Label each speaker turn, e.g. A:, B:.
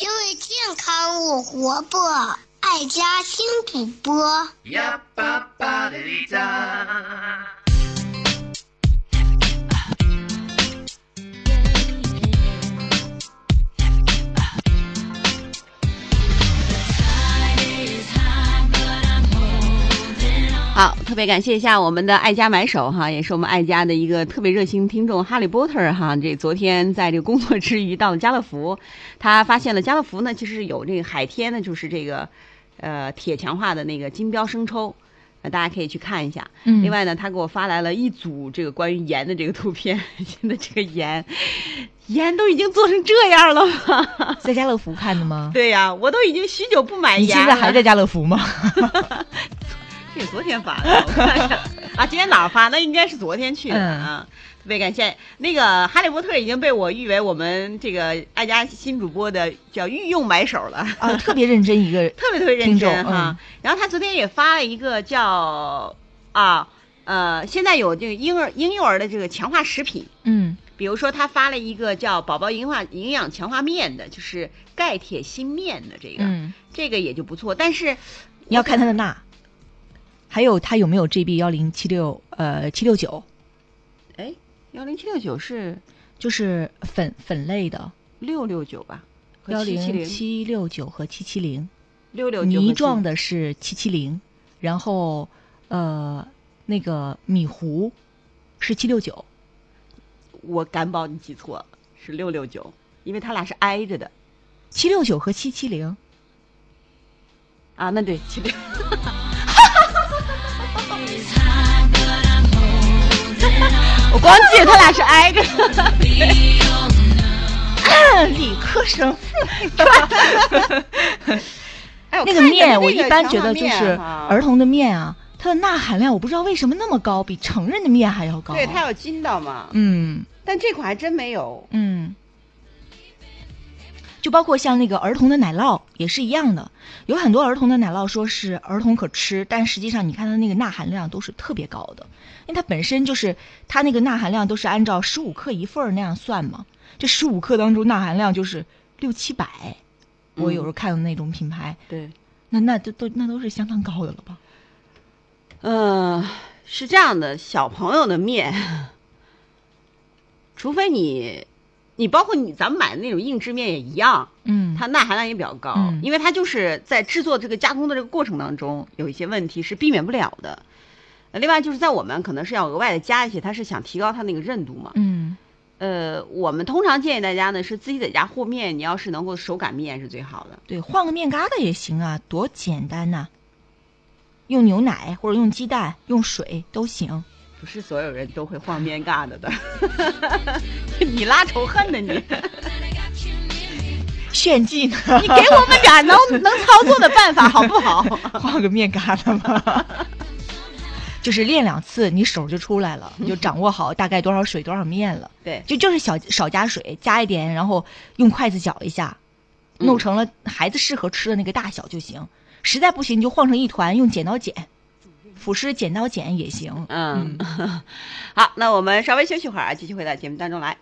A: 健康我活泼，爱家新主播。
B: 呀巴巴的哩哒。
C: 好，特别感谢一下我们的爱家买手哈，也是我们爱家的一个特别热心听众哈利波特哈。这昨天在这个工作之余到了家乐福，他发现了家乐福呢，其实有这个海天呢，就是这个呃铁强化的那个金标生抽，呃大家可以去看一下。
D: 嗯
C: 另外呢，他给我发来了一组这个关于盐的这个图片， 现在这个盐盐都已经做成这样了吗？
D: 在家乐福看的吗？
C: 对呀、我都已经许久不买
D: 你
C: 盐
D: 现
C: 了。
D: 在还在家乐 福吗？
C: 这昨天发的，我看看啊，今天哪儿发？那应该是昨天去
D: 嗯
C: 的啊。特别感谢那个《哈利波特》已经被我誉为我们这个爱家新主播的叫御用买手了，
D: 啊，特别认真一个人，
C: 特别特别认
D: 听众
C: 真哈
D: 嗯。
C: 然后他昨天也发了一个叫啊呃，现在有这个婴儿婴幼儿的这个强化食品，
D: 嗯
C: 比如说他发了一个叫宝宝营化营养强化面的，就是钙铁锌面的这个，
D: 嗯，
C: 这个也就不错，但是
D: 你要看他的钠，还有他有没有 GB 幺零七六呃七六九，
C: 哎幺零七六九是。
D: 就是粉粉类的
C: 六六九吧，和
D: 幺零
C: 770
D: 七六九和七七零，
C: 六六九
D: 泥状
C: 的
D: 的是七七零，然后呃那个米糊是七六九，
C: 我敢保你记错了，是六六九，因为它俩是挨着的
D: 七六九和七七 零，
C: 啊。那对，七六。我光记得它俩是挨着的。
D: 理科生。
C: 哎，
D: 那
C: 看着
D: 个面，我
C: 那个
D: 一般
C: 强
D: 觉
C: 化
D: 得就
C: 面
D: 是
C: 哈
D: 儿童的面啊，它的钠含量我不知道为什么那么高，比成人的面还要高。啊
C: 对它有筋道嘛，
D: 哦嗯
C: 但这款还真没有。
D: 嗯，就包括像那个儿童的奶酪也是一样的，有很多儿童的奶酪说是儿童可吃，但实际上你看它那个钠含量都是特别高的，因为它本身就是它那个钠含量都是按照十五克一份儿那样算嘛，这十五克当中钠含量就是六七百，
C: 嗯
D: 我有时候看到那种品牌，
C: 对，
D: 那那都都那都是相当高的了吧？
C: 嗯、是这样的，小朋友的面， 除非你，你包括你咱们买的那种硬质面也一样，
D: 嗯
C: 它钠含量也比较高，
D: 嗯
C: 因为它就是在制作这个加工的这个过程当中，有一些问题是避免不了的。呃另外就是在我们可能是要额外的加一些，它是想提高它那个韧度嘛。
D: 嗯
C: 呃，我们通常建议大家呢是自己在家和面，你要是能够手擀面是最好的。，
D: 对，换个面疙瘩也行啊，多简单呐、用牛奶或者用鸡蛋、用水都行。
C: 不是所有人都会和面疙瘩的， 你拉仇恨呢你？你
D: 炫 技呢？
C: 给我们点儿能能操作的办法好不好？
D: 换个面疙瘩吧。 就是练两次，你手就出来 了，你就掌握好大概多少水、多少面了。
C: 对，
D: 就就是小少加水，加一点，然后用筷子搅一下，
C: 嗯
D: 弄成了孩子适合吃的那个大小就行。实在不行，你就晃成一团，用剪刀剪，辅食剪刀剪也行。
C: 嗯嗯，好，那我们稍微休息会儿啊，继续回到节目当中来。